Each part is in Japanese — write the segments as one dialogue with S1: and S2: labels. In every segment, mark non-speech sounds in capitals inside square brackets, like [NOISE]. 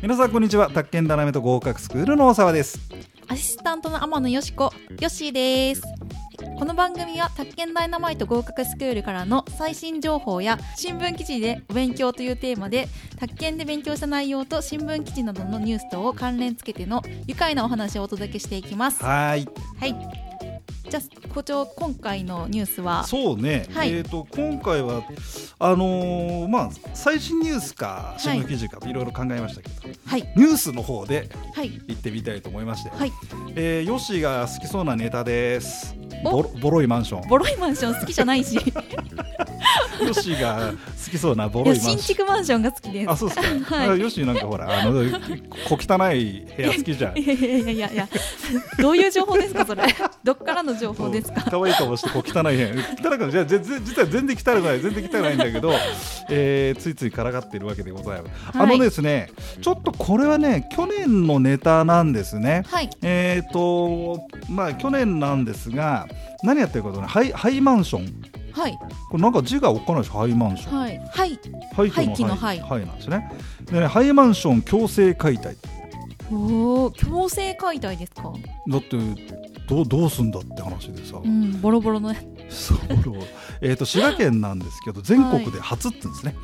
S1: 皆さんこんにちは宅建ダナメと合格スクールの大沢です
S2: アシスタントの天野よしこ、よっしーです。この番組は、宅建ダイナマイト合格スクールからの最新情報や、新聞記事でお勉強というテーマで、宅建で勉強した内容と新聞記事などのニュースとを関連つけての愉快なお話をお届けしていきます。は
S1: はい
S2: い。じゃあ、校長、今回のニュースは、
S1: そうね、
S2: はい
S1: えっ、と今回はあのーまあ最新ニュースか新聞記事かいろいろ考えましたけど、
S2: はい、
S1: ニュースの方で
S2: はい、
S1: 行ってみたいと思いまして、
S2: はい。
S1: えー、ヨッシーが好きそうなネタですボ
S2: お
S1: ロボロいマンション
S2: ボロいマンション好きじゃない
S1: [LAUGHS]
S2: し、い
S1: ヨッシーが好きそうなボロ
S2: や
S1: いマン
S2: 新
S1: ション
S2: 築マンションが好きです
S1: あ。そうですか、
S2: はい
S1: あヨッシーなんかほらあの小汚い部屋好きじゃん
S2: いやいやいやいやいや、どういう情報ですか、それ。どっからの情報ですか。
S1: 可愛い顔してこう汚いね汚くないじゃあぜぜ実は全然汚くない全然汚いんだけど、えー、ついついからかっているわけでございます、
S2: はい
S1: あのですねちょっとこれはね去年のネタなんですね
S2: はい。
S1: えーとまあ去年なんですが何やってるかとねハイハイマンション
S2: はい。
S1: これなんか字がおっかないでしょハイマンション、
S2: はい。はい。
S1: 廃
S2: 廃棄の廃
S1: はいなんですねでねハイマンション強制解体
S2: おお、強制解体ですか。
S1: だってどうどうすんだって話でさ、
S2: うん、ボロボロの。え
S1: そうえー、と滋賀県なんです
S2: [LAUGHS]
S1: けど全国で初って言うんですね、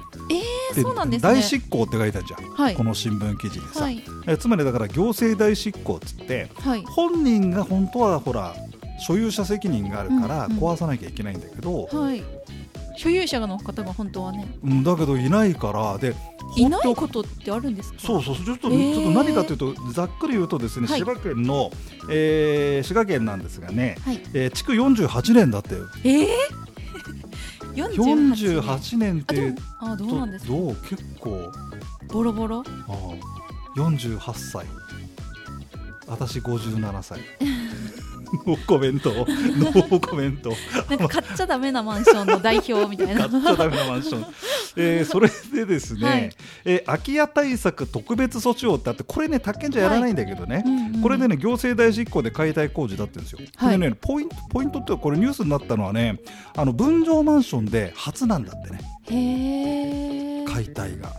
S2: ー、そうなんですね。
S1: 大執行って書いてあるじゃん、
S2: はい
S1: こ。の新聞記事でさ、
S2: はい。
S1: えつまりだから行政大執行っつって
S2: はい。
S1: 本人が本当はほら所有者責任があるから
S2: うんうん
S1: 壊さなきゃいけないんだけど、
S2: はい。所有者の方が本当はね。
S1: うんだけどいないからで
S2: い
S1: 放っ
S2: な
S1: てお
S2: い
S1: く
S2: ことってあるんですか。
S1: そうそうそうちょっと、
S2: えー
S1: ちょっと何かというとざっくり言うとですね、
S2: はい
S1: 滋賀県の、えー滋賀県なんですがね、
S2: はい
S1: えー築48年だって
S2: ええー。四十八。
S1: 48年っ
S2: あ、
S1: て
S2: で
S1: う、
S2: もあ、ど
S1: と
S2: うなんですか。
S1: どう結構
S2: ボロボ
S1: あ
S2: ロ。
S1: あ48歳私57歳 [LAUGHS] ノーコメントノーコメント
S2: なんか買っちゃダメなマンションの代表みた
S1: [LAUGHS]
S2: い
S1: 買
S2: な
S1: っ。ちゃダメなマン
S2: [LAUGHS]
S1: ション、えーそれでですね、
S2: はい
S1: えー空き家対策特別措置法ってあってこれね宅建じゃやらないんだけどね、
S2: うんうん
S1: これでね行政代執行で解体工事だってるんですよ、
S2: はい
S1: でねポイントポイントってこれニュースになったのはねあの分譲マンションで初なんだってね
S2: へえ。
S1: 解体が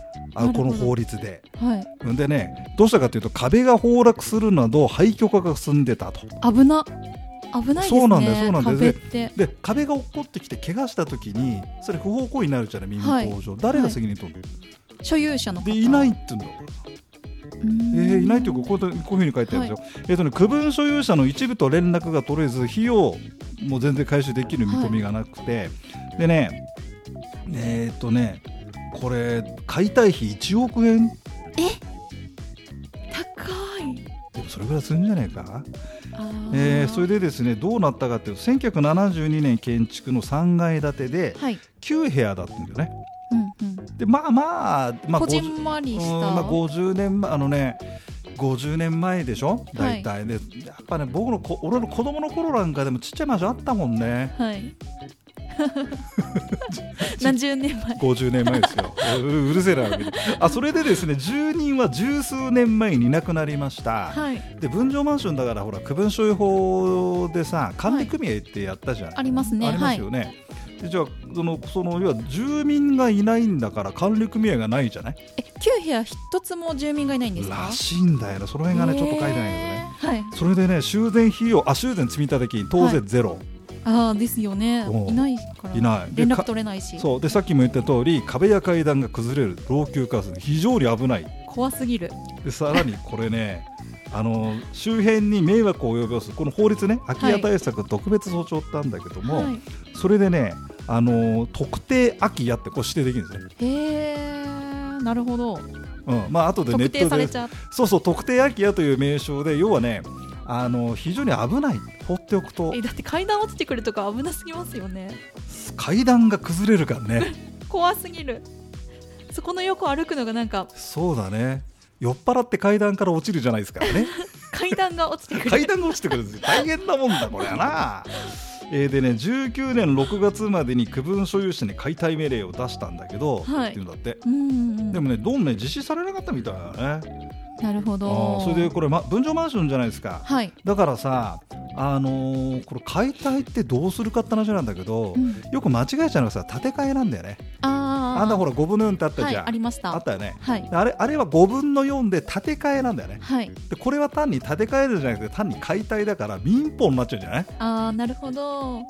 S1: あ
S2: なるほ
S1: こ
S2: ど
S1: の法律で
S2: はい。
S1: でねどうしたかというと壁が崩落するなど廃墟化が進んでたと
S2: 危な。危ないですね。
S1: そうなんだよそうなんだよ
S2: 壁って。
S1: で壁が落っこってきて怪我した時にそれ不法行為になるじゃない民法上、誰が責任取るの、
S2: 所有者の方。
S1: でいない。って言うんだよえーいないというかこういうこういうふうに書いてあるんですよ、えーとね、区分所有者の一部と連絡が取れず費用も全然回収できる見込みがなくて、でねえっ、とねこれ解体費1億円
S2: 高い。
S1: でもそれぐらいするんじゃないかえー
S2: え
S1: それ
S2: で。
S1: でですねどうなったかっていうと1972年建築の3階建てで
S2: はい。
S1: 9部屋だったんだよね
S2: うんうん。
S1: でまあまあ、まあ、
S2: こじ
S1: 50
S2: んまりし
S1: うん
S2: た。
S1: まあ、50年前あのね50年前でしょ大体、でやっぱね僕のこ俺の子供の頃なんかでもちっちゃいマンションあったもんね
S2: はい。 [LAUGHS] 何十年前。
S1: 50年前ですよ [LAUGHS] ううるせえなあそれでですね住人は十数年前にいなくなりました、
S2: はい。
S1: で分譲マンションだからほら区分所有法でさ管理組合ってやったじゃん、
S2: ありますね。
S1: ありますよね。でじゃあそのその要は住民がいないんだから管理組合がないじゃない。
S2: はい。え、九部屋一つも住民がいないんですから
S1: しいんだよねその辺がねちょっと書いてないけどね。
S2: へーはい。
S1: それでね修繕費用あ修繕積立金当然ゼロ、
S2: ああですよね。
S1: うん
S2: いないから。
S1: いないで
S2: 連絡
S1: か
S2: 取れないし。
S1: そうでさっきも言った通り壁や階段が崩れる老朽化する非常に危ない
S2: 怖すぎる。
S1: でさらにこれねあの周辺に迷惑を及ぼすこの法律ね空き家対策特別措置法ってあるんだけども、
S2: はい。
S1: それでねあの特定空き家ってこう指定できるんですね、
S2: へえ。なるほど。
S1: うんまあ後でネッ
S2: 特定
S1: ト
S2: され
S1: で
S2: ちゃう。
S1: そうそう特定空き家という名称で要はねあの非常に危ない放っておくと
S2: え、だって階段落ちてくるとか危なすぎますよね。
S1: 階段が崩れるからね
S2: 怖すぎる。そこの横歩くのがなんか
S1: そうだね酔っ払って階段から落ちるじゃないです
S2: [LAUGHS]
S1: からね
S2: 階段が落ちてくる。
S1: 階段が落ちてくるんですよ大変なもんだこれはなえーでね19年6月までに区分所有者に解体命令を出したんだけど、
S2: はい
S1: っていうんだって
S2: うんうんうん
S1: でもねどうもね実施されなかったみたいだね
S2: なるほ
S1: あ
S2: ど
S1: ー。それでこれ、ま、分譲マンションじゃないですか
S2: はい。
S1: だからさあのーこれ解体ってどうするかって話なんだけど、
S2: うん
S1: よく間違えちゃうのがさ建て替えなんだよね
S2: あ
S1: あんなほら5分の4ってあった
S2: はい
S1: じゃん、
S2: ありました
S1: あったよね
S2: はい
S1: あれあれは5分の4で建て替えなんだよね
S2: はい
S1: でこれは単に建て替えるじゃなくて単に解体だから民法になっちゃうんじゃない [LAUGHS]
S2: あーなるほど、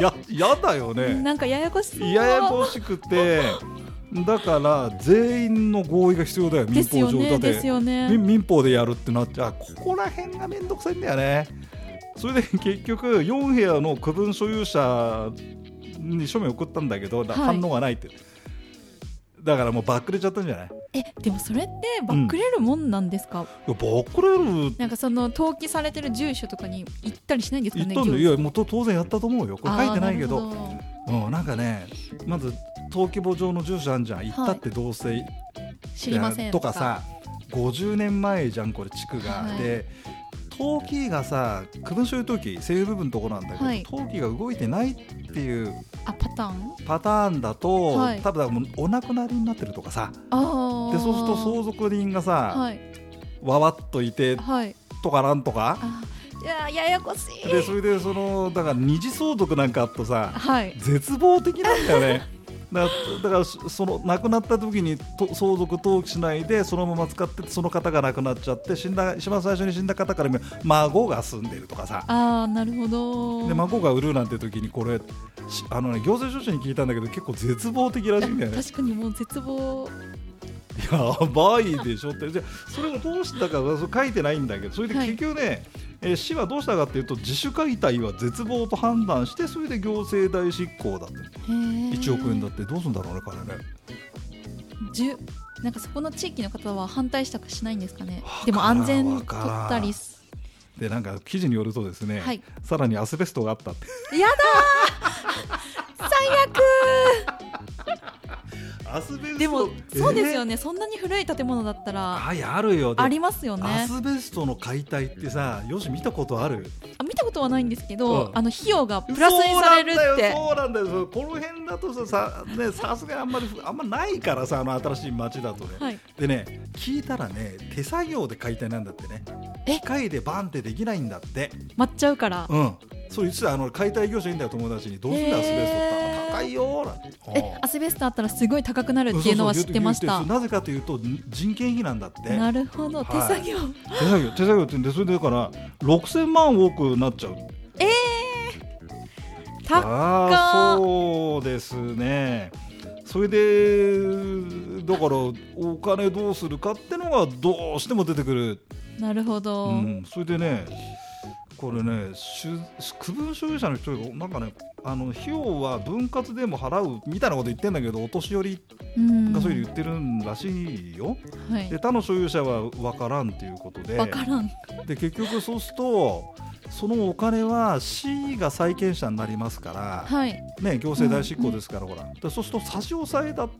S1: ややだよね
S2: なんかややこしそう
S1: ややこしくてだから全員の合意が必要だよ
S2: で
S1: 民
S2: す
S1: 法
S2: よ
S1: 上
S2: ね
S1: だ
S2: です
S1: て
S2: よね
S1: 民民法でやるってなっちゃうここら辺が面倒くさいんだよねそれで [LAUGHS] 結局4部屋の区分所有者に署名送ったんだけど、だ
S2: はい
S1: 反応がないってだからもうバックれちゃったんじゃないい
S2: えでもそれってバックれるもんなんですか、
S1: やバックれる
S2: なんかその登記されてる住所とかに行ったりしないんですか
S1: 言
S2: ね
S1: ったんだよいやもうと当然やったと思うよこれ書いてないけど
S2: あーなるほ
S1: うん、なんかねまず登記簿上の住所あんじゃん行ったってどうせ、
S2: 知りません
S1: とかさ50年前じゃんこれ地区が、
S2: はい
S1: で登記がさ区分所有登記政府部分のとこなんだけど、
S2: はい
S1: 登記が動いてないっていう
S2: あパターン
S1: パターンだと、
S2: はい
S1: 多分もうお亡くなりになってるとかさ
S2: ああ
S1: でそうすると相続人がさ、
S2: はい
S1: わわっといて
S2: はい
S1: とかなんとか
S2: あーいやーややこし
S1: で
S2: い
S1: それでそのだから二次相続なんかあるとさ
S2: はい
S1: 絶望的なんだよね [LAUGHS] だだからそその亡くなった時にと相続登記しないでそのまま使ってその方が亡くなっちゃって死んだ一番最初に死んだ方から見る孫が住んでるとかさ
S2: ああなるほど
S1: で孫が売るなんて時にこれしあの、ね、行政書士に聞いたんだけど結構絶望的らしいんだよね
S2: 確かにもう絶望
S1: [LAUGHS] やばいでしょってじゃあそれをどうしたかそう書いてないんだけどそれで
S2: はい
S1: 結局ね、えー市はどうしたかっていうと自主解体は絶望と判断してそれで行政代執行だって1
S2: 1
S1: 億円だってどうするんだろうね彼ね。
S2: じゅなんかそこの地域の方は反対したかしないんですかね
S1: からん
S2: でも安全
S1: わ
S2: 取
S1: からん
S2: ったりす
S1: でなんか記事によるとですね、
S2: はい
S1: さらにアスベストがあったって
S2: やだ
S1: [LAUGHS]
S2: ー最
S1: アスベス
S2: 悪でもそうですよ
S1: ね、
S2: ね、そんなに古い建物だったら
S1: あいやあるよで
S2: ありますよ
S1: ア
S2: ね
S1: スベストの解体ってさよし見たことある
S2: あ見たことはないんですけど、
S1: うん
S2: あの費用がプラスにされるって
S1: そうなんだよそうなんだよそうこの辺だとささ,、ね、さすがにあんまりあんまないからさあの新しい町だとね、
S2: はい
S1: でね聞いたらね手作業で解体なんだってね
S2: え
S1: 機械でバンってできないんだって
S2: 待っちゃうから、
S1: うんそれ実はあの解体業者いいんだよ友達にどうすんだよアスベストって高いよーなんて
S2: えアスベストあったらすごい高くなるっていうのは知ってました
S1: そうそう言うて言うてそうなぜかというとん人件費なんだって
S2: なるほ
S1: は
S2: ど、
S1: い
S2: 手作業
S1: 手作業手作業って言うんでそれでだから6000万多くなっちゃう
S2: た
S1: ああそうですねそれでだからお金どうするかってのがどうしても出てくる、
S2: なるほど、
S1: うん、それでねこれねしゅ区分所有者の人がなんかねあの費用は分割でも払うみたいなこと言ってんだけどお年寄り
S2: うん
S1: がそういうの言ってるらしいよ、
S2: はい
S1: で他の所有者は分からんということで
S2: わからん
S1: で結局そうするとそのお金は市が債権者になりますか
S2: はい、
S1: ら、ね、行政代執行ですから、ほらでそうすると差し押さえだっ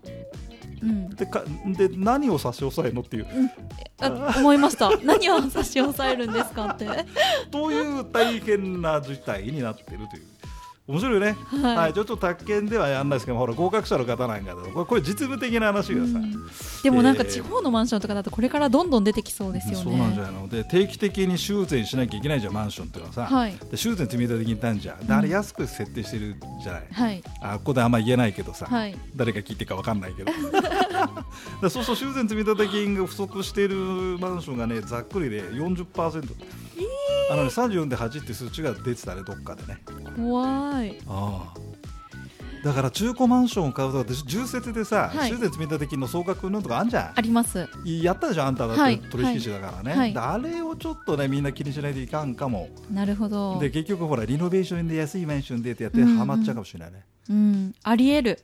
S2: うん、
S1: てかで何を差し押さえるのっていう
S2: あ思いました何を差し押さえるんですかってはい
S1: という大変な事態になってるという面白いよね、はいちょっと宅建ではやんないですけどほら合格者の方なんかだとこれこれ実務的な話
S2: う
S1: がさ、
S2: んでもなんか
S1: えー
S2: 地方のマンションとかだとこれからどんどん出てきそうですよね
S1: そうなんじゃないので定期的に修繕しなきゃいけないじゃんマンションっていうのはさ、
S2: はい
S1: で修繕って見た時にたんじゃんであれ安く設定してるじゃない、
S2: はい
S1: あここであんま言えないけどさ、
S2: はい
S1: 誰が聞いてるかわかんないけど [LAUGHS] だそうそう修繕積立金が不足しているマンションがねざっくりで40%、あのね、34で8って数値が出てたねどっかでね
S2: 怖い
S1: ああだから中古マンションを買うとかって重設でさ、
S2: はい
S1: 修繕積立金の総額のとかあんじゃん
S2: あります
S1: やったでしょあんただって、
S2: はい
S1: 取引士だからね、
S2: はい
S1: であれをちょっとねみんな気にしないといかんかも
S2: なるほど
S1: で結局ほらリノベーションで安いマンションでってやって
S2: うんうん
S1: はまっちゃうかもしれないね、
S2: うんありえる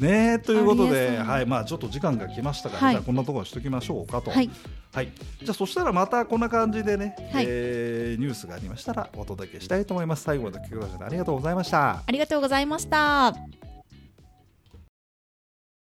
S1: ねえということ
S2: ありえ
S1: で、
S2: そう
S1: はいまあ、ちょっと時間が来ましたから、
S2: はい
S1: じゃあこんなところにしときましょうかと、
S2: はい
S1: はいじゃあそしたらまたこんな感じでね、
S2: はい
S1: えーニュースがありましたらお届けしたいと思います最後までお聞きくださいありがとうございました。
S2: ありがとうございました